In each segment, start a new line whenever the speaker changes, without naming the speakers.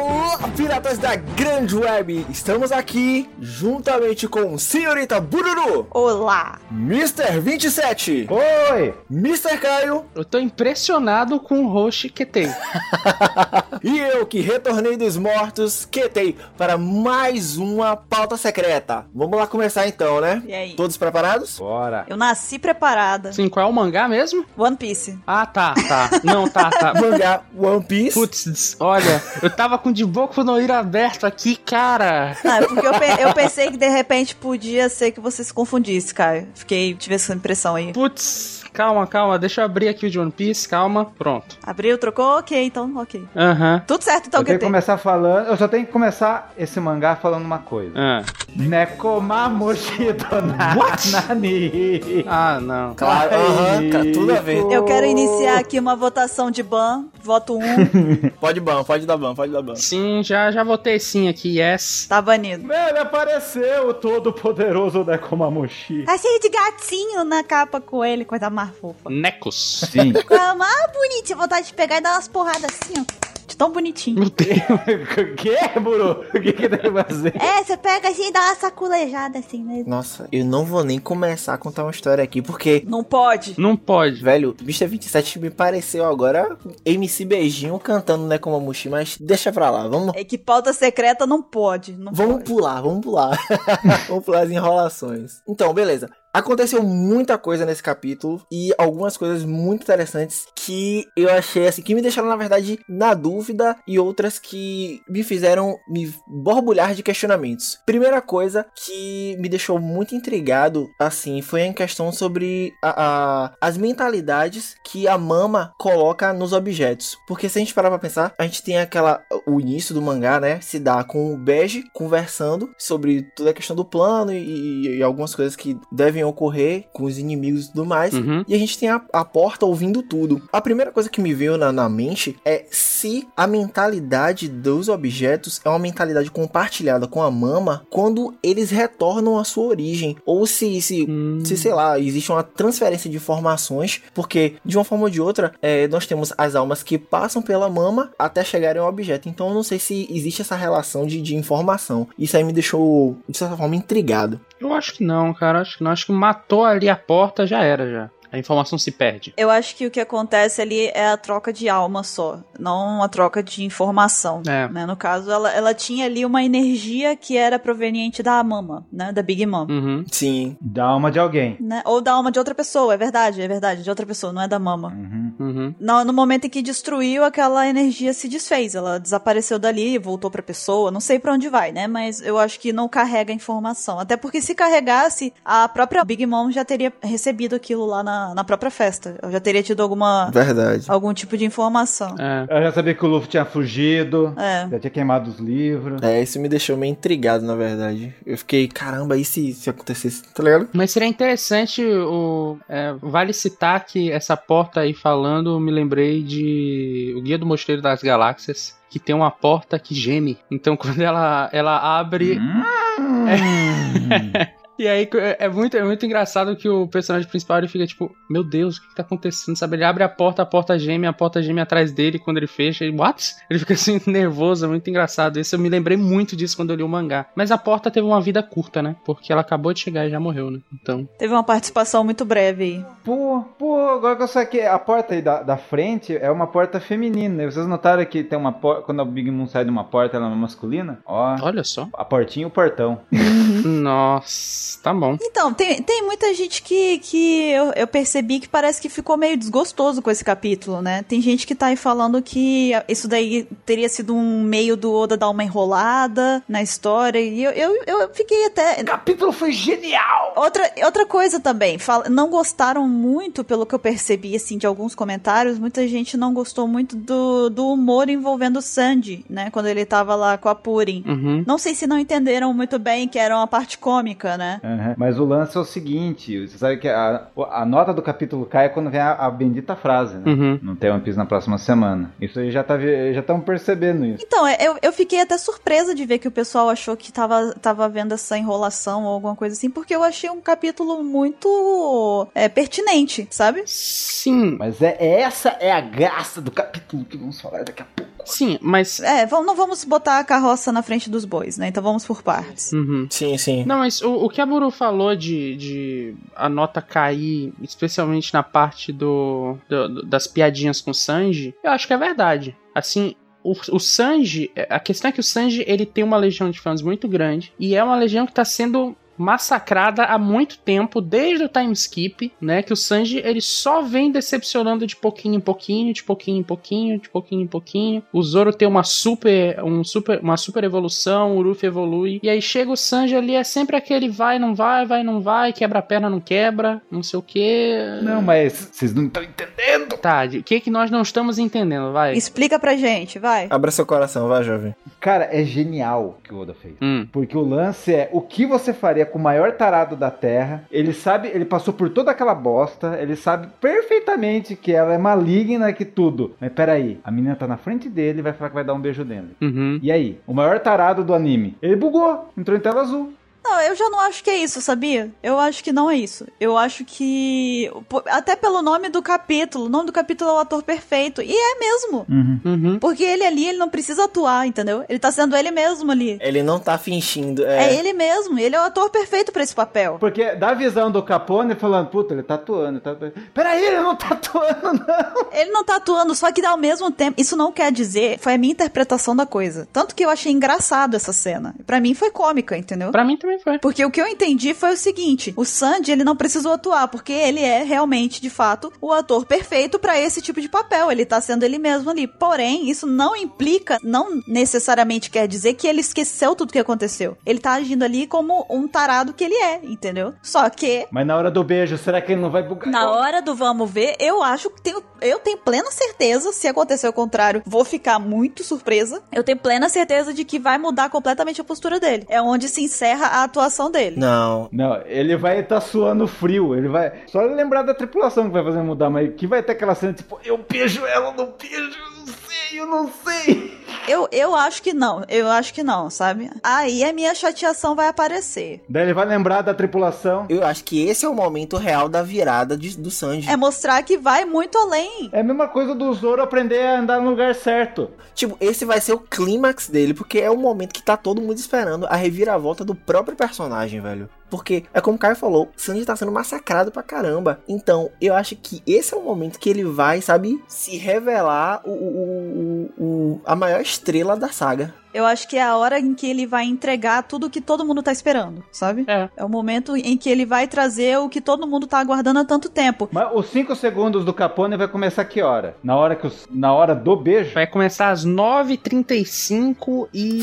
Olá, piratas da grande web! Estamos aqui juntamente com Senhorita Bururu,
Olá!
Mr. 27,
Oi!
Mr. Caio
Eu tô impressionado com o host que tem.
e eu que retornei dos mortos, Ketei, para mais uma pauta secreta. Vamos lá começar então, né?
E aí?
Todos preparados?
Bora!
Eu nasci preparada.
Sim, qual é o mangá mesmo?
One Piece.
Ah, tá, tá. Não, tá, tá.
Mangá One Piece.
Putz, olha, eu tava com de boca no ir aberto aqui, cara.
Não, é porque eu, pe- eu pensei que de repente podia ser que você se confundisse, Caio. Fiquei, tive essa impressão aí.
Putz, calma, calma, deixa eu abrir aqui o de One Piece, calma, pronto.
Abriu, trocou? Ok, então, ok.
Aham.
Tudo certo então,
eu tenho que
QT.
começar falando. Eu só tenho que começar esse mangá falando uma coisa.
Ah.
Nekomamushi do Nani!
ah, não.
Claro, aham, cara, tudo a ver.
Eu quero iniciar aqui uma votação de ban. Voto 1.
Pode ban, pode dar ban, pode dar ban.
Sim, já, já votei sim aqui, yes.
tá banido.
Velho, apareceu o todo-poderoso Nekomamushi.
Tá cheio de gatinho na capa com ele, coisa mais fofa.
Necos.
Sim.
Coisa mais bonita, vontade de pegar e dar umas porradas assim, ó. De tão bonitinho.
Meu Deus.
que, Buru? O que que tem que fazer?
É, você pega assim e dá uma saculejada assim mesmo.
Nossa, eu não vou nem começar a contar uma história aqui, porque
Não pode.
Não pode.
Velho, Mr. 27 me pareceu agora MC Beijinho cantando Nekomamushi, mas deixa pra lá, vamos,
É que pauta secreta não pode. Não
vamos
pode.
pular, vamos pular. vamos pular as enrolações. Então, beleza. Aconteceu muita coisa nesse capítulo e algumas coisas muito interessantes que eu achei assim, que me deixaram na verdade na dúvida e outras que me fizeram me borbulhar de questionamentos. Primeira coisa que me deixou muito intrigado, assim, foi em questão sobre a- a- as mentalidades que a mama coloca nos objetos. Porque se a gente parar pra pensar, a gente tem aquela. O início do mangá, né? Se dá com o Bege conversando sobre toda a questão do plano e, e- e algumas coisas que devem ocorrer com os inimigos e tudo mais.
Uhum.
E a gente tem a, a porta ouvindo tudo. A primeira coisa que me veio na, na mente é se a mentalidade dos objetos é uma mentalidade compartilhada com a mama quando eles retornam à sua origem. Ou se, se
Hum.
se, sei lá, existe uma transferência de informações, porque de uma forma ou de outra, é, nós temos as almas que passam pela mama até chegarem ao objeto. Então eu não sei se existe essa relação de, de informação. Isso aí me deixou, de certa forma, intrigado.
Eu acho que não, cara. Acho que não. Acho que matou ali a porta, já era, já. A informação se perde.
Eu acho que o que acontece ali é a troca de alma só, não a troca de informação.
É.
né? No caso, ela, ela tinha ali uma energia que era proveniente da mama, né? Da Big Mom.
Uhum.
Sim.
Da alma de alguém.
Né? Ou da alma de outra pessoa, é verdade, é verdade, de outra pessoa, não é da mama.
Uhum.
Uhum.
No, no momento em que destruiu, aquela energia se desfez, ela desapareceu dali, voltou pra pessoa, não sei pra onde vai, né? Mas eu acho que não carrega informação. Até porque se carregasse, a própria Big Mom já teria recebido aquilo lá na, na própria festa. Ela já teria tido alguma
Verdade.
algum tipo de informação.
É.
Eu já sabia que o Luffy tinha fugido,
É.
já tinha queimado os livros.
É, isso me deixou meio intrigado, na verdade. Eu fiquei, caramba, e se, se acontecesse? Tá ligado?
Mas seria interessante o. é, vale citar que essa porta aí falando, me lembrei de O Guia do Mosteiro das Galáxias, que tem uma porta que geme. Então quando ela, ela abre.
Hum.
E aí é- é muito, é muito engraçado que o personagem principal ele fica tipo, meu Deus, o que, que tá acontecendo? Sabe? Ele abre a porta, a porta geme, a porta geme atrás dele quando ele fecha. Ele, what? Ele fica assim, nervoso, é muito engraçado. Isso eu me lembrei muito disso quando eu li o mangá. Mas a porta teve uma vida curta, né? Porque ela acabou de chegar e já morreu, né? Então.
Teve uma participação muito breve aí.
Pô, pô, agora que eu saquei, a porta aí da, da frente é uma porta feminina. E Vocês notaram que tem uma porta. Quando a Big Moon sai de uma porta, ela é masculina? Ó,
Olha só.
a portinha e o portão.
Nossa, tá bom.
Então, tem, tem muita gente que, que eu, eu percebi que parece que ficou meio desgostoso com esse capítulo, né? Tem gente que tá aí falando que isso daí teria sido um meio do Oda dar uma enrolada na história. E eu, eu, eu fiquei até.
O capítulo Então foi genial!
Outra, outra coisa também, fala- não gostaram muito, pelo que eu percebi, assim, de alguns comentários, muita gente não gostou muito do, do humor envolvendo o Sandy, né? Quando ele tava lá com a Purim.
Uhum.
Não sei se não entenderam muito bem que era uma parte cômica, né? né?
Aham. Mas o lance é o seguinte: você sabe que a, a nota do capítulo cai quando vem a, a bendita frase, né?
Uhum.
Não tem One Piece na próxima semana. Isso aí já tá vi- já estão percebendo isso.
Então, é, eu, eu fiquei até surpresa de ver que o pessoal achou que tava, tava vendo essa enrolação ou alguma coisa assim, porque eu achei um capítulo muito é, pertinente, sabe?
Sim,
Mas é essa é a graça do capítulo que vamos falar daqui a pouco.
sim, mas.
É, vamos, não vamos botar a carroça na frente dos bois, né? Então vamos por partes.
Uhum.
Sim, sim.
Não, mas o, o que a Buru falou de, de a nota cair, especialmente na parte do, do- do- das piadinhas com o Sanji, eu acho que é verdade. Assim, o, o Sanji, a questão é que o Sanji ele tem uma legião de fãs muito grande e é uma legião que tá sendo massacrada há muito tempo, desde o time skip, né, que o Sanji ele só vem decepcionando de pouquinho em pouquinho, de pouquinho em pouquinho, de pouquinho em pouquinho. O Zoro tem uma super, um super, uma super evolução, o Luffy evolui e aí chega o Sanji ali é sempre aquele vai não vai, vai não vai, quebra a perna não quebra, não sei o que.
Não, mas vocês não estão entendendo.
Tá, de- o que que nós não estamos entendendo, vai?
Explica pra gente, vai.
Abra seu coração, vai, jovem.
Cara, é genial o que o Oda fez.
Hum.
Porque o lance é o que você faria com o maior tarado da Terra. Ele sabe, ele passou por toda aquela bosta, ele sabe perfeitamente que ela é maligna que tudo. Mas peraí, a menina tá na frente dele e vai falar que vai dar um beijo nele.
Uhum.
E aí, o maior tarado do anime. Ele bugou, entrou em tela azul.
Não, eu já não acho que é isso, sabia? Eu acho que não é isso. Eu acho que. pô, Até pelo nome do capítulo. O nome do capítulo é o ator perfeito. E é mesmo.
Uhum.
Porque ele ali, ele não precisa atuar, entendeu? Ele tá sendo ele mesmo ali.
Ele não tá fingindo.
É,
É,
ele mesmo. Ele é o ator perfeito pra esse papel.
Porque dá a visão do Capone falando, puta, ele tá atuando, ele tá atuando. Peraí, ele não tá atuando, não.
Ele não tá atuando, só que ao mesmo tempo. Isso não quer dizer. Foi a minha interpretação da coisa. Tanto que eu achei engraçado essa cena. Pra mim foi cômica, entendeu?
Pra mim também foi.
Porque o que eu entendi foi o seguinte: o Sandy ele não precisou atuar, porque ele é realmente, de fato, o ator perfeito pra esse tipo de papel. Ele tá sendo ele mesmo ali. Porém, isso não implica, não necessariamente quer dizer que ele esqueceu tudo que aconteceu. Ele tá agindo ali como um tarado que ele é, entendeu? Só que.
Mas na hora do beijo, será que ele não vai bugar?
Na hora do vamos ver, eu acho que tenho, eu tenho plena certeza, se acontecer o contrário, vou ficar muito surpresa. Eu tenho plena certeza de que vai mudar completamente a postura dele. É onde se encerra a atuação dele.
Não.
Não, ele vai estar suando frio, ele vai. Só lembrar da tripulação que vai fazer mudar, mas que vai ter aquela cena tipo, eu beijo ela, eu não beijo, eu não sei, eu não sei.
Eu, eu acho que não, eu acho que não, sabe? Aí a minha chateação vai aparecer.
Daí ele vai lembrar da tripulação.
Eu acho que esse é o momento real da virada de- do Sanji.
É mostrar que vai muito além.
É a mesma coisa do Zoro aprender a andar no lugar certo.
Tipo, esse vai ser o clímax dele, porque é o momento que tá todo mundo esperando a reviravolta do próprio personagem, velho. Porque, é como o Caio falou, Sanji tá sendo massacrado pra caramba. Então, eu acho que esse é o momento que ele vai, sabe, se revelar o, o- o- o- a maior estrela da saga.
Eu acho que é a hora em que ele vai entregar tudo que todo mundo tá esperando, sabe?
É.
É o momento em que ele vai trazer o que todo mundo tá aguardando há tanto tempo.
Mas os 5 segundos do Capone vai começar que hora? Na hora que os... Na hora do beijo?
Vai começar às 9h35 e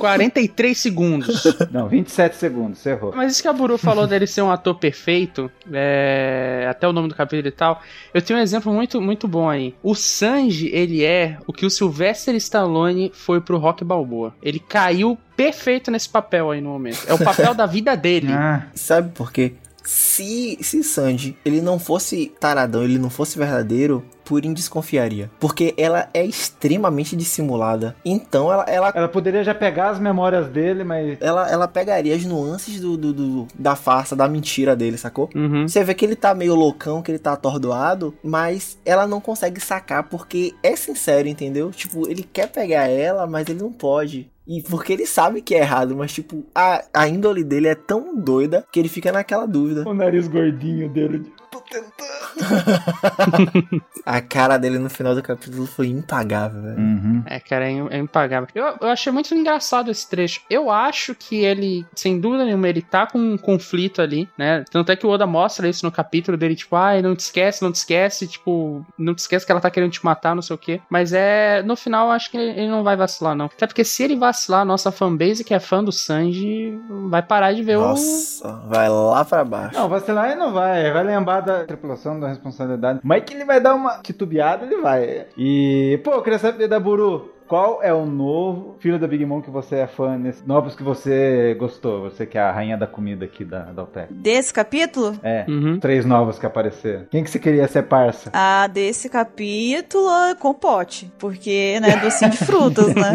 43 segundos.
Não, 27 segundos, você errou.
Mas isso que a Buru falou dele ser um ator perfeito, é, até o nome do capítulo e tal, eu tenho um exemplo muito, muito bom aí. O Sanji, ele é o que o Sylvester Stallone foi pro Rock Balboa. Ele caiu perfeito nesse papel aí no momento. É o papel da vida dele.
Ah,
Sabe por quê? Se, se Sanji, ele não fosse taradão, ele não fosse verdadeiro, Purim desconfiaria. Porque ela é extremamente dissimulada. Então, ela- ela
ela poderia já pegar as memórias dele, mas.
ela, ela pegaria as nuances do, do, do- da farsa, da mentira dele, sacou?
Uhum.
Você vê que ele tá meio loucão, que ele tá atordoado, mas ela não consegue sacar porque é sincero, entendeu? Tipo, ele quer pegar ela, mas ele não pode. E porque ele sabe que é errado, mas tipo, a, a índole dele é tão doida que ele fica naquela dúvida.
O nariz gordinho dele.
A cara dele no final do capítulo foi impagável, velho.
Uhum.
É, cara, é, im- é impagável. Eu, eu achei muito engraçado esse trecho. Eu acho que ele, sem dúvida nenhuma, ele tá com um conflito ali, né? Tanto é que o Oda mostra isso no capítulo dele, tipo, ai, não te esquece, não te esquece, tipo, não te esquece que ela tá querendo te matar, não sei o quê. Mas é, no final, eu acho que ele, ele não vai vacilar, não. Até porque se ele vacilar, a nossa fanbase, que é fã do Sanji, vai parar de ver o.
Nossa, vai lá pra baixo.
Não, vacilar ele não vai. Vai lembrar da tripulação, da responsabilidade. Mas que ele vai dar uma titubeada, ele vai. E, pô, eu queria saber da Buru. Qual é o novo filho da Big Mom que você é fã nesse? Novos que você gostou? Você que é a rainha da comida aqui da, da OPEC.
Desse capítulo?
É.
Uhum.
Três novos que apareceram. Quem que você queria ser parça?
Ah, desse capítulo é compote. Porque, né, docinho de frutas, né?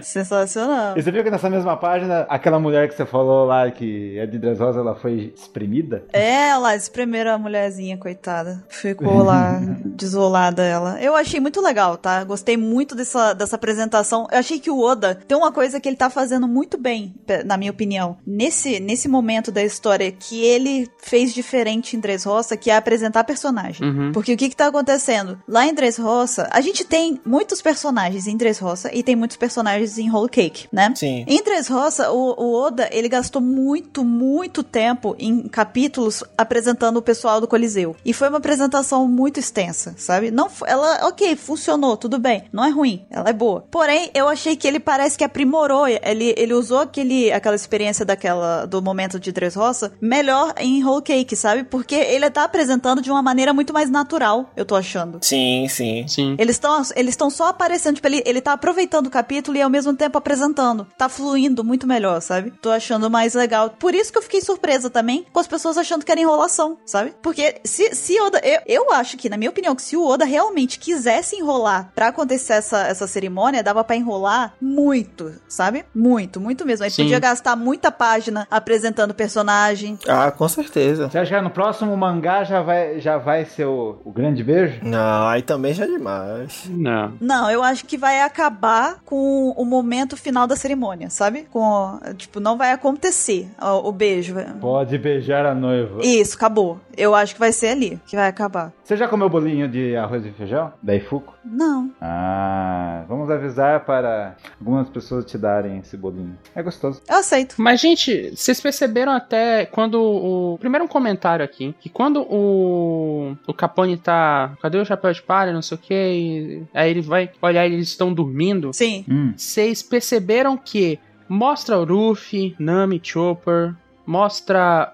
Sensacional.
E você viu que nessa mesma página, aquela mulher que você falou lá que é de Dress Rosa, ela foi espremida?
É, ela espremeram a mulherzinha, coitada. Ficou lá, desolada ela. Eu achei muito legal, tá? Gostei muito dessa, dessa apresentação. Eu achei que o Oda tem uma coisa que ele tá fazendo muito bem, pe- na minha opinião. Nesse, nesse momento da história que ele fez diferente em Dress Roça, que é apresentar personagem.
Uhum.
Porque o que que tá acontecendo? Lá em Dressrosa, a gente tem muitos personagens em Dressrosa e tem muitos personagens em Whole Cake, né?
Sim.
Em Três Roça, o, o Oda, ele gastou muito, muito tempo em capítulos apresentando o pessoal do Coliseu. E foi uma apresentação muito extensa, sabe? Não, fo- ela, ok, funcionou, tudo bem. Não é ruim, ela é boa. Porém, eu achei que ele parece que aprimorou. Ele, ele usou aquele, aquela experiência daquela, do momento de Três Roça melhor em Whole Cake, sabe? Porque ele tá apresentando de uma maneira muito mais natural, eu tô achando.
Sim, sim.
Sim.
Eles estão eles tão só aparecendo, tipo, ele, ele tá aproveitando o capítulo e ao mesmo tempo apresentando. Tá fluindo muito melhor, sabe? Tô achando mais legal. Por isso que eu fiquei surpresa também com as pessoas achando que era enrolação, sabe? Porque se, se Oda. Eu, eu acho que, na minha opinião, que se o Oda realmente quisesse enrolar pra acontecer essa, essa cerimônia, dava pra enrolar muito, sabe? Muito, muito mesmo. Aí
Sim.
podia gastar muita página apresentando personagem.
Ah, com certeza.
Você acha que no próximo mangá já vai, já vai ser o, o grande beijo?
Não, aí também já é demais.
Não.
Não, eu acho que vai acabar com o momento final da cerimônia, sabe? Com, tipo, não vai acontecer o, o beijo.
Pode beijar a noiva.
Isso, acabou. Eu acho que vai ser ali que vai acabar.
Você já comeu bolinho de arroz e feijão? Da Ifuco?
Não.
Ah, vamos avisar para algumas pessoas te darem esse bolinho. É gostoso.
Eu aceito.
Mas, gente, vocês perceberam até quando o. Primeiro um comentário aqui, que quando o. O Capone tá. Cadê o chapéu de palha? Não sei o que. Aí ele vai olhar eles estão dormindo.
Sim.
Hum.
Vocês perceberam que mostra o Ruffy, Nami, Chopper, mostra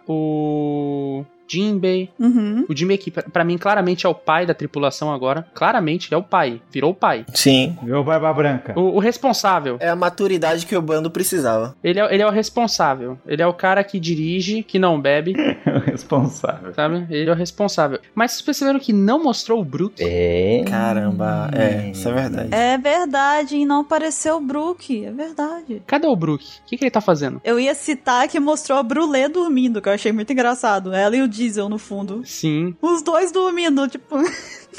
o Jinbei.
Uhum.
O Jinbei que pra- pra mim claramente é o pai da tripulação agora. Claramente ele é o pai, virou o pai.
Sim.
Meu barba branca.
O, o responsável,
É a maturidade que o bando precisava.
ele é, ele é o responsável. Ele é o cara que dirige, que não bebe,
O responsável.
sabe? Ele é o responsável. Mas vocês perceberam que não mostrou o Brook?
É.
Caramba, é, isso é verdade.
É verdade, e não apareceu o Brook. É verdade.
Cadê o Brook? O que, que ele tá fazendo?
Eu ia citar que mostrou a Brulé dormindo, que eu achei muito engraçado. Ela e o Diesel no fundo.
Sim,
Os dois dormindo, tipo.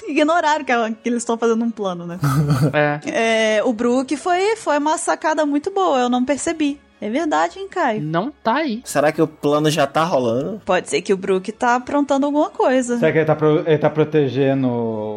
Ignoraram que, ela- que eles estão fazendo um plano, né?
é.
É, o Brook foi, foi uma sacada muito boa, eu não percebi. É verdade, hein, Caio?
Não tá aí.
Será que o plano já tá rolando?
Pode ser que o Brook tá aprontando alguma coisa.
Será que ele tá, pro- ele tá protegendo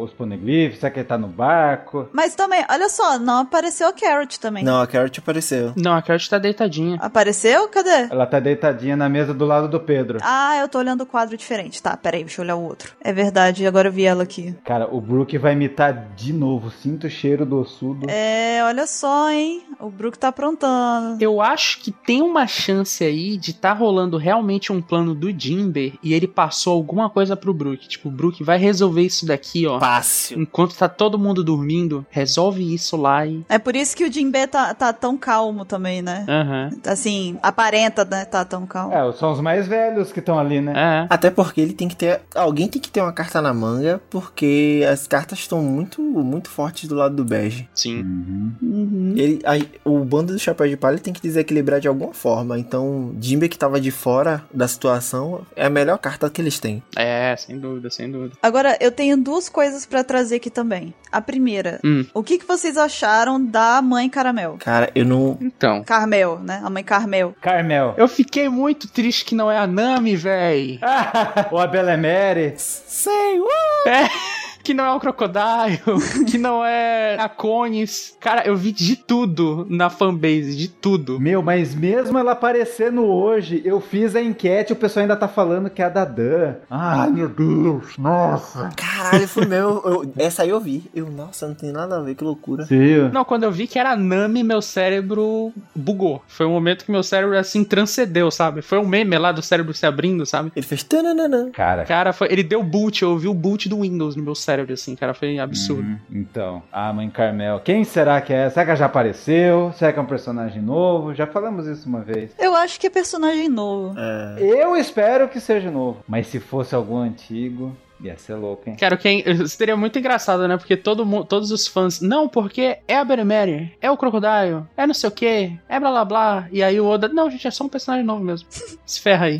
os poneglyphs? Será que ele tá no barco?
Mas também, olha só, não apareceu a Carrot também.
Não, a Carrot apareceu.
Não, a Carrot tá deitadinha.
Apareceu? Cadê?
Ela tá deitadinha na mesa do lado do Pedro.
Ah, eu tô olhando o quadro diferente. Tá, peraí, deixa eu olhar o outro. É verdade, agora eu vi ela aqui.
Cara, o Brook vai imitar de novo. Sinto o cheiro do ossudo.
É, olha só, hein? O Brook tá aprontando.
Eu acho que tem uma chance aí de tá rolando realmente um plano do Jimber e ele passou alguma coisa pro Brook. Tipo, o Brook vai resolver isso daqui, ó.
Fácil.
Enquanto tá todo mundo dormindo, resolve isso lá e.
É por isso que o Jinbe tá, tá tão calmo também, né?
Aham.
Assim, aparenta, né? Tá tão calmo.
É, são os mais velhos que estão ali, né?
É.
Até porque ele tem que ter. Alguém tem que ter uma carta na manga, porque as cartas estão muito, muito fortes do lado do bege.
Sim.
Uhum.
Uhum.
Ele, a- o bando do Chapéu de Palha tem que desequilibrar de alguma forma. Então, Jimbe, que tava de fora da situação, é a melhor carta que eles têm.
É, sem dúvida, sem dúvida.
Agora, eu tenho duas coisas pra trazer aqui também. A primeira,
Hum.
o que, que vocês acharam da mãe Caramel?
Cara, eu não.
Então.
Carmel, né? A mãe Carmel.
Carmel.
Eu fiquei muito triste que não é a Nami, véi.
Ou a Belemere.
Sei, uh!
Que não é o Crocodile, que não é a Cones. Cara, eu vi de tudo na fanbase, de tudo.
Meu, mas mesmo ela aparecendo hoje, eu fiz a enquete e o pessoal ainda tá falando que é a Dadan. Ai, meu Deus, nossa.
Caralho, foi mesmo. Eu- essa aí eu vi. Eu, nossa, não tem nada a ver, que loucura.
Sim.
Não, quando eu vi que era a Nami, meu cérebro bugou. Foi um momento que meu cérebro, assim, transcendeu, sabe? Foi um meme lá do cérebro se abrindo, sabe?
Ele fez tananana.
Cara,
Cara, foi- ele deu boot, eu ouvi o boot do Windows no meu cérebro, assim, cara. Foi absurdo.
Uhum. Então, a mãe Carmel. Quem será que é? Será que ela já apareceu? Será que é um personagem novo? Já falamos isso uma vez.
Eu acho que é personagem novo.
É.
Eu espero que seja novo. Mas se fosse algum antigo, ia ser louco, hein?
Cara, quem, seria muito engraçado, né? Porque todo mundo, todos os fãs, não, porque é a Benemere, é o Crocodile, é não sei o que, é blá blá blá. E aí o Oda, não, gente, é só um personagem novo mesmo. Se ferra aí.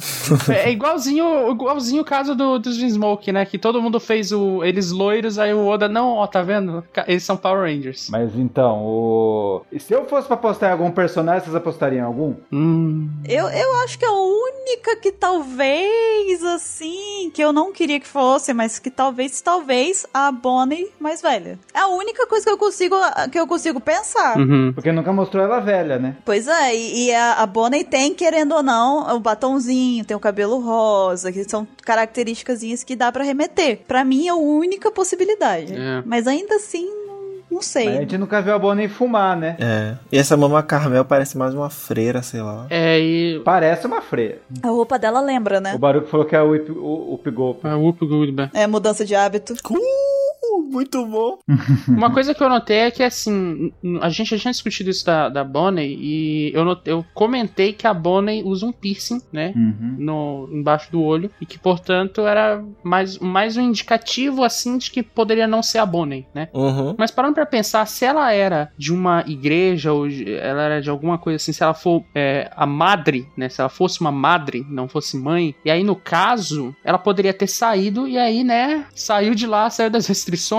é igualzinho, igualzinho o caso do, dos Smoke, né? Que todo mundo fez o, eles loiros, aí o Oda, não, ó, tá vendo? Ca- Eles são Power Rangers.
Mas então, o. e se eu fosse pra apostar em algum personagem, vocês apostariam em algum?
Hum.
Eu, eu acho que é a única que talvez, assim, que eu não queria que fosse, mas que talvez, talvez, a Bonnie mais velha. É a única coisa que eu consigo, que eu consigo pensar.
Uhum.
Porque nunca mostrou ela velha, né?
Pois é, e, e a, a Bonnie tem, querendo ou não, o batonzinho, tem o cabelo rosa, que são características que dá pra remeter. Pra mim é a única possibilidade.
É.
Mas ainda assim, não- não sei.
Mas a gente nunca viu a Bonnie fumar, né?
É. E essa mama Carmel parece mais uma freira, sei lá.
É, e.
Parece uma freira.
A roupa dela lembra, né?
O Baruco falou que é o Whip- o o Pigou.
Ah, Whoop Goldberg.
É mudança de hábito.
Uh, muito bom.
Uma coisa que eu notei é que, assim, a gente já tinha discutido isso da, da Bonnie e eu, not- eu comentei que a Bonnie usa um piercing, né?
Uhum.
No, embaixo do olho, e que portanto era mais, mais um indicativo assim de que poderia não ser a Bonnie, né?
Uhum.
Mas parando pra pensar, se ela era de uma igreja ou de- ela era de alguma coisa assim, se ela for é, a madre, né? Se ela fosse uma madre, não fosse mãe, e aí no caso, ela poderia ter saído e aí, né? Saiu de lá, saiu das restrições.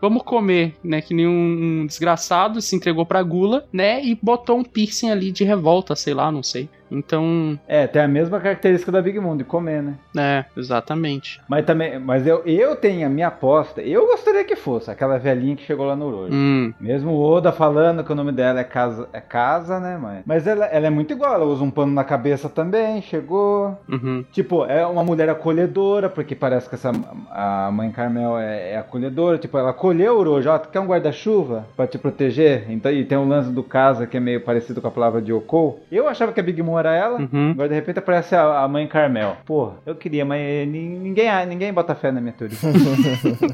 Vamos comer, né? Que nem um, um desgraçado se entregou pra gula, né? E botou um piercing ali de revolta, sei lá, não sei. Então,
É, tem a mesma característica da Big Mom, de comer, né?
é, exatamente.
Mas também, mas eu, eu tenho a minha aposta, eu gostaria que fosse aquela velhinha que chegou lá no Orochi.
Hum,
Mesmo o Oda falando que o nome dela é Casa, é casa né, mãe? Mas ela, ela é muito igual, ela usa um pano na cabeça também, chegou.
uhum.
Tipo, é uma mulher acolhedora, porque parece que essa a mãe Carmel é, é acolhedora. Tipo, ela acolheu o Orochi, ó, tu quer um guarda-chuva pra te proteger? Então, e tem um lance do casa que é meio parecido com a palavra de Okou. Eu achava que a Big Mom era ela,
Uhum.
Agora de repente aparece a, a mãe Carmel. Porra, eu queria, mas ni- ninguém, ninguém bota fé na minha teoria.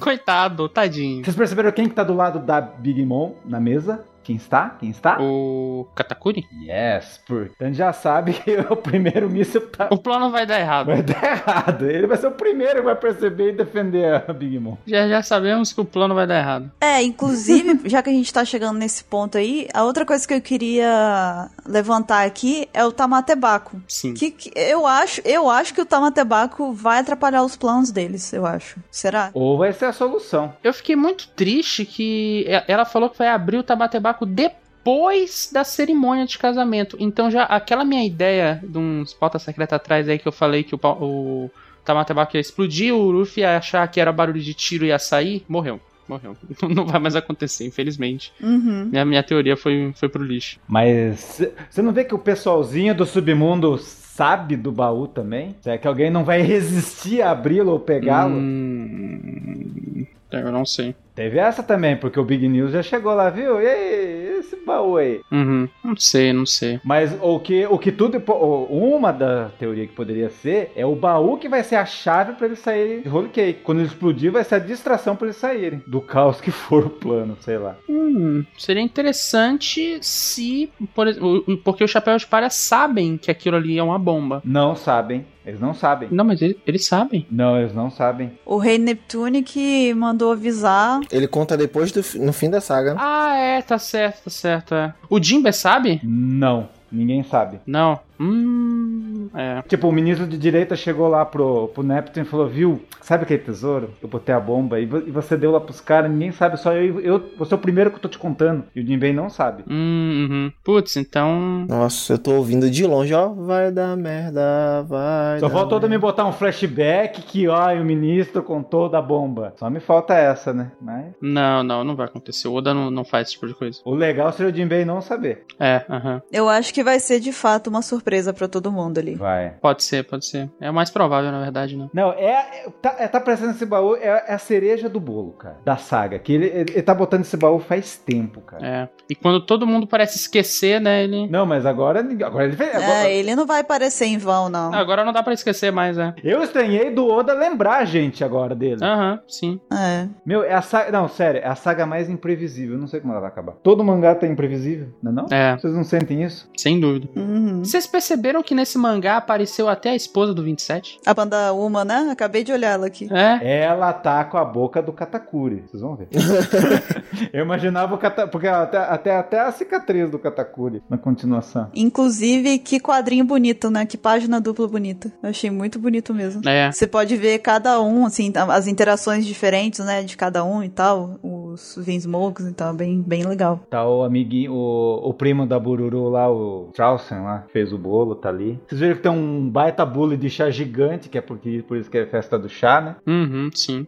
Coitado, tadinho.
Vocês perceberam quem que tá do lado da Big Mom na mesa? Quem está? Quem está?
O Katakuri?
Yes, portanto já sabe que o primeiro míssil tá...
O plano vai dar errado.
vai dar errado. Ele vai ser o primeiro que vai perceber e defender a Big Mom.
Já, já sabemos que o plano vai dar errado.
É, inclusive, já que a gente tá chegando nesse ponto aí, a outra coisa que eu queria levantar aqui é o Tamatebaco.
Sim.
Que, que eu acho, eu acho que o Tamatebaco vai atrapalhar os planos deles, eu acho. Será?
Ou vai ser a solução.
Eu fiquei muito triste que e- ela falou que vai abrir o Tabatebaco depois da cerimônia de casamento. Então já aquela minha ideia de uns pauta secreta atrás aí que eu falei que o, pau- o Tabatebaco ia explodir, o Luffy ia achar que era barulho de tiro e ia sair, morreu. Morreu. Não vai mais acontecer, infelizmente.
Uhum.
Minha, minha teoria foi, foi pro lixo.
Mas você não vê que o pessoalzinho do submundo sabe do baú também? Será que alguém não vai resistir a abri-lo ou pegá-lo?
Hum, eu não sei.
Teve essa também, porque o Big News já chegou lá, viu? E aí, esse baú aí.
Uhum. Não sei, não sei.
Mas o que, o que tudo. o- Uma da teoria que poderia ser é o baú que vai ser a chave pra eles saírem de Holy Cake. Quando ele explodir, vai ser a distração pra eles saírem. Do caos que for o plano, sei lá.
Hum, seria interessante se, por exemplo, porque os chapéus de palha sabem que aquilo ali é uma bomba.
Não sabem. Eles não sabem.
Não, mas ele- eles sabem.
Não, eles não sabem.
O rei Neptune que mandou avisar.
Ele conta depois do fi- no fim da saga. né?
Ah, é, tá certo, tá certo. É. O Jimbe sabe?
Não. Ninguém sabe.
Não. Hum, é.
Tipo, o ministro de direita chegou lá pro, pro Neptune e falou: Viu, sabe aquele tesouro? Eu botei a bomba e, vo- e você deu lá pros caras, ninguém sabe, só eu, eu. Você é o primeiro que eu tô te contando. E o Jinbei não sabe.
Hum, uhum. Putz, então.
Nossa, eu tô ouvindo de longe, ó. Vai dar merda, vai.
Só
dar
faltou
merda.
também botar um flashback que, ó, o ministro contou da bomba. Só me falta essa, né? Mas.
Não, não, não vai acontecer. O Oda não, não faz esse tipo de coisa.
O legal seria o Jinbei não saber.
É, aham.
Eu acho que vai ser de fato uma surpresa pra todo mundo ali.
Vai.
Pode ser, pode ser. É o mais provável, na verdade, né?
Não, é. é- tá, é, tá parecendo esse baú, é, é a cereja do bolo, cara. Da saga. Que ele, ele, ele tá botando esse baú faz tempo, cara.
É. E quando todo mundo parece esquecer, né, ele.
Não, mas agora. ninguém- Agora ele fez. agora-
É, ele não vai aparecer em vão, não.
Agora não dá pra esquecer mais, é.
Eu estranhei do Oda lembrar a gente agora dele.
Aham, sim.
É.
Meu, é a saga. Não, sério, é a saga mais imprevisível. Eu não sei como ela vai acabar. Todo mangá tá imprevisível, não é não?
É,
Vocês não sentem isso?
sem dúvida.
Uhum.
Vocês perceberam que nesse mangá apareceu até a esposa do 27?
A banda Uma, né? Acabei de olhar ela aqui.
É.
Ela tá com a boca do Katakuri. Vocês vão ver. Eu imaginava o Katakuri. Porque até, até, até a cicatriz do Katakuri na continuação.
Inclusive, que quadrinho bonito, né? Que página dupla bonita. Eu achei muito bonito mesmo.
É.
Você pode ver cada um, assim, as interações diferentes, né? De cada um e tal. Os Vinsmokes e tal. Bem, bem legal.
Tá o amiguinho, o, o primo da Bururu lá, o Trausen lá, que fez o bolo, tá ali. Vocês viram que tem um baita bule de chá gigante, que é porque, por isso que é festa do chá, né?
Uhum, sim.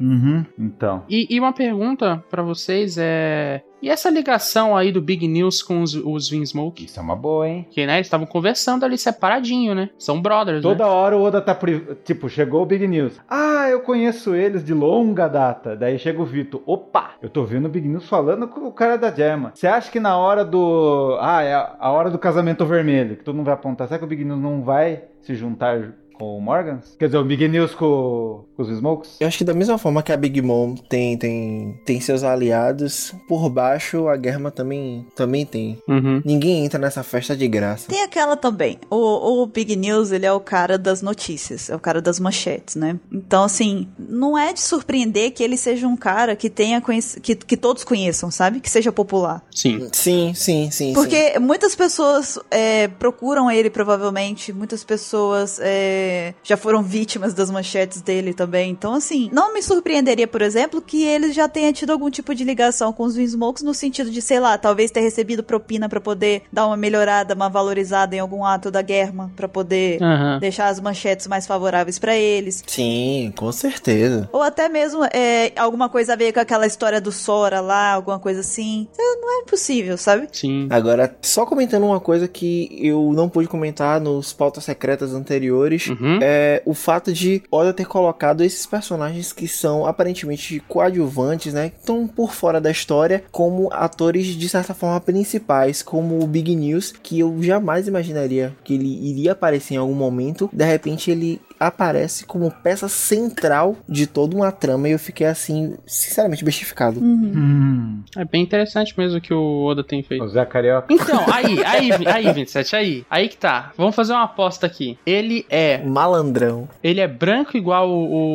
Uhum. Então.
E, e uma pergunta pra vocês é. E essa ligação aí do Big News com os, os Vinsmoke?
Isso é uma boa, hein?
Que, né, eles estavam conversando ali separadinho, né? São brothers, né?
Toda hora o Oda tá. pri- Tipo, chegou o Big News. Ah, eu conheço eles de longa data. Daí chega o Vitor. Opa, eu tô vendo o Big News falando com o cara da Germa. Você acha que na hora do. Ah, é a a hora do casamento vermelho, que todo mundo vai apontar. Será que o Big News não vai se juntar com o Morgans? Quer dizer, o Big News com, com os Smokes?
Eu acho que da mesma forma que a Big Mom tem, tem, tem seus aliados, por baixo a Germa também, também tem.
Uhum.
Ninguém entra nessa festa de graça.
Tem aquela também. O, o Big News, ele é o cara das notícias, é o cara das manchetes, né? Então, assim, não é de surpreender que ele seja um cara que tenha conhec- que, que todos conheçam, sabe? Que seja popular.
Sim.
Sim, sim, sim. sim.
Porque muitas pessoas é, procuram ele, provavelmente. Muitas pessoas é, já foram vítimas das manchetes dele também. Então, assim, não me surpreenderia, por exemplo, que ele já tenha tido algum tipo de ligação com os Winsmokes no sentido de, sei lá, talvez ter recebido propina pra poder dar uma melhorada, uma valorizada em algum ato da guerra, pra poder
Ah.
Aham.
deixar as manchetes mais favoráveis pra eles.
Sim, com certeza.
Ou até mesmo é, alguma coisa a ver com aquela história do Sora lá, alguma coisa assim. Não é possível, sabe?
Sim.
Agora, só comentando uma coisa que eu não pude comentar nos pautas secretas anteriores.
Uhum.
é o fato de Oda ter colocado esses personagens que são aparentemente coadjuvantes, né? Que estão por fora da história, como atores de certa forma principais, como o Big News, que eu jamais imaginaria que ele iria aparecer em algum momento. De repente ele aparece como peça central de toda uma trama e eu fiquei assim, sinceramente bestificado.
Hum.
É bem interessante mesmo o que o Oda tem feito.
O Zé Carioca.
Então, aí, aí, aí, 27, aí. Aí que tá. Vamos fazer uma aposta aqui. Ele é.
Malandrão.
Ele é branco igual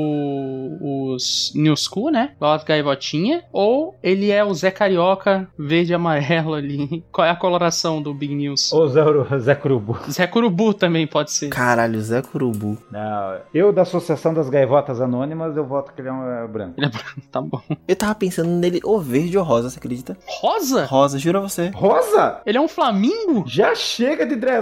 o, o- os New School, né? Igual as gaivotinha. Ou ele é o Zé Carioca verde e amarelo ali. Qual é a coloração do Big News?
Ou o Zé, Uru- Zé Curubu.
Zé Curubu também pode ser.
Caralho, Zé Curubu.
Não, eu da Associação das Gaivotas Anônimas, eu voto que ele é um é, branco.
Tá bom.
Eu tava pensando nele ou verde ou rosa, você acredita?
Rosa?
Rosa, juro a você.
Rosa?
Ele é um flamingo?
Já chega de Dressrosa.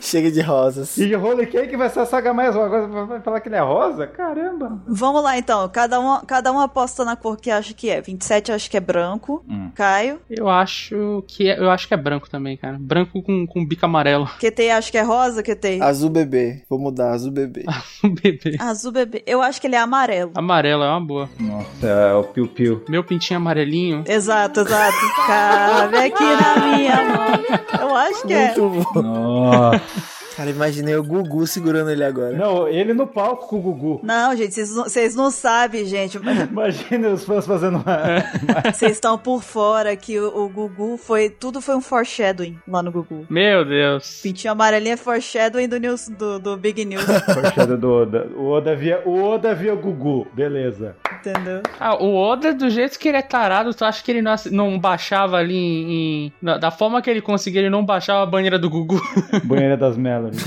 Chega de rosas.
E de Holy Cake vai ser a saga mais rosa. Agora vai falar que ele é rosa? Caramba.
Vamos lá então, cada um, cada um aposta na cor que acha que é. 27 eu acho que é branco, Caio.
Eu acho que é, eu acho que é branco também, cara. Branco com, com bico amarelo.
QT acho que é rosa, QT.
Azul bebê. Vou mudar, azul bebê.
Um bebê.
Azul bebê. Eu acho que ele é amarelo.
Amarelo é uma boa.
Nossa, é o Piu Piu.
Meu pintinho amarelinho.
Exato, exato. Cabe aqui na minha mão. Eu acho que é.
Muito bom.
Nossa.
Cara, imaginei o Gugu segurando ele agora.
Não, ele no palco com o Gugu.
Não, gente, vocês não- vocês não sabem, gente.
Imagina os fãs fazendo uma.
Vocês estão por fora que o, o Gugu foi. Tudo foi um foreshadowing lá no Gugu.
Meu Deus.
Pintinho amarelinho é foreshadowing do, news, do, do Big News,
Poxa, do Oda. O Oda via, o Oda via o Gugu. Beleza.
entendeu?
Ah, o Oda, do jeito que ele é tarado, tu acha que ele não, ass- não baixava ali em. em- na- da forma que ele conseguia, ele não baixava a banheira do Gugu.
Banheira das Melodies.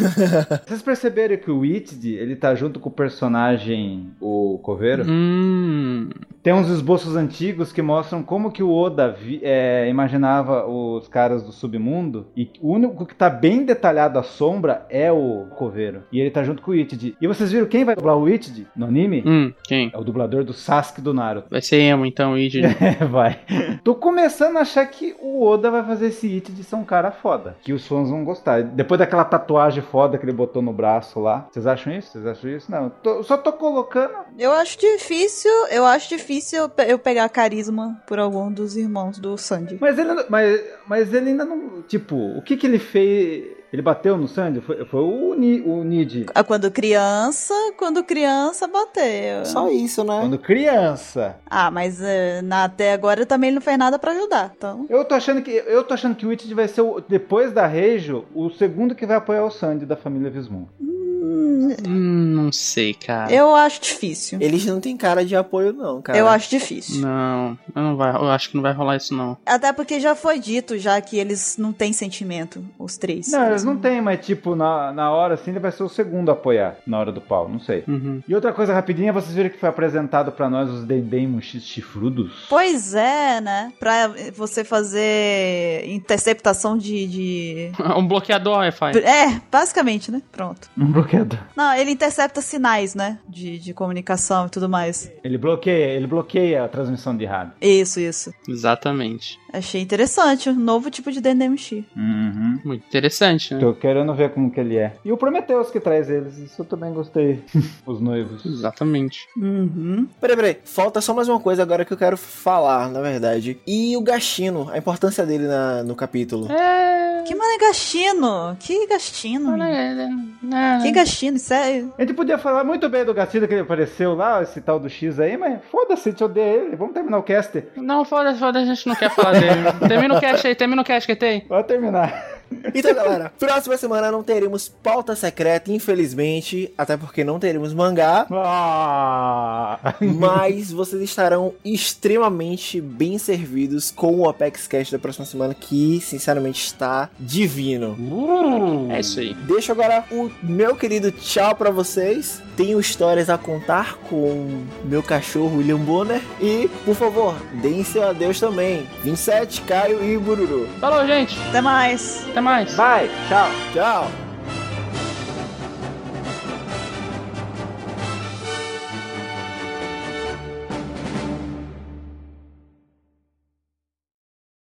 Vocês perceberam que o Itid, ele tá junto com o personagem, o Coveiro?
Hum. Hum.
Tem uns esboços antigos que mostram como que o Oda vi- é, imaginava os caras do submundo. E o único que tá bem detalhado a sombra é o coveiro. E ele tá junto com o Itid. E vocês viram quem vai dublar o Itid no anime?
Hum, quem?
É o dublador do Sasuke do Naruto.
Vai ser emo, então, Id.
É, vai. Tô começando a achar que o Oda vai fazer esse hit de ser um cara foda. Que os fãs vão gostar. Depois daquela tatuagem foda que ele botou no braço lá. Vocês acham isso? Vocês acham isso? Não. Tô- só tô colocando.
Eu acho difícil, eu acho difícil eu pe- eu pegar carisma por algum dos irmãos do Sandy.
Mas ele, não- mas, mas ele ainda não. Tipo, o que que ele fez? Ele bateu no Sandy? Foi, foi o, Ni, o Nid.
Ah, Quando criança, quando criança bateu.
Só isso, né?
Quando criança.
Ah, mas eh, na- até agora também ele não fez nada pra ajudar, então.
Eu tô achando que, eu tô achando que o Itid vai ser, o- depois da Reijo, o segundo que vai apoiar o Sandy da família Vismon.
hum,
Hum, não sei, cara.
eu acho difícil.
Eles não têm cara de apoio, não, cara.
Eu acho difícil.
Não, eu não vai, eu acho que não vai rolar isso, não.
Até porque já foi dito já que eles não têm sentimento, os três.
Não, eles não têm, mas tipo, na, na hora assim ele vai ser o segundo a apoiar, na hora do pau, não sei.
Uhum.
E outra coisa rapidinha, vocês viram que foi apresentado pra nós os Dendemons chi- chifrudos?
Pois é, né? Pra você fazer interceptação de. de-
Um bloqueador Wi-Fi.
É, basicamente, né? Pronto.
Um bloqueador.
Não, ele intercepta sinais, né? De, de comunicação e tudo mais.
Ele bloqueia, ele bloqueia a transmissão de rádio.
Isso, isso.
Exatamente.
Achei interessante. Um novo tipo de DNMX.
Uhum.
Muito interessante, né?
Tô querendo ver como que ele é. E o Prometheus que traz eles, isso eu também gostei. os noivos.
Exatamente.
Uhum.
Peraí, peraí. Falta só mais uma coisa agora que eu quero falar, na verdade. E o Gashino, a importância dele na- no capítulo.
É.
Que mano é gastino? Que gastino? menino?
é.
Que é, gastino, sério?
A gente podia falar muito bem do Gatilho que ele apareceu lá, esse tal do X aí, mas foda-se, a gente odeia ele. Vamos terminar o cast.
Não, foda-se, foda-se, a gente não quer falar dele. Termina o cast aí, termina o cast que tem.
Pode terminar.
Então, galera, próxima semana não teremos pauta secreta, infelizmente. Até porque não teremos mangá.
Ah.
Mas vocês estarão extremamente bem servidos com o Apex Cash da próxima semana, que sinceramente está divino.
É isso aí.
Deixo agora o meu querido tchau pra vocês. Tenho histórias a contar com meu cachorro William Bonner. E, por favor, deem seu adeus também. 27, Caio e Bururu.
Falou, gente.
Até mais.
Até mais.
Vai, tchau.
Tchau!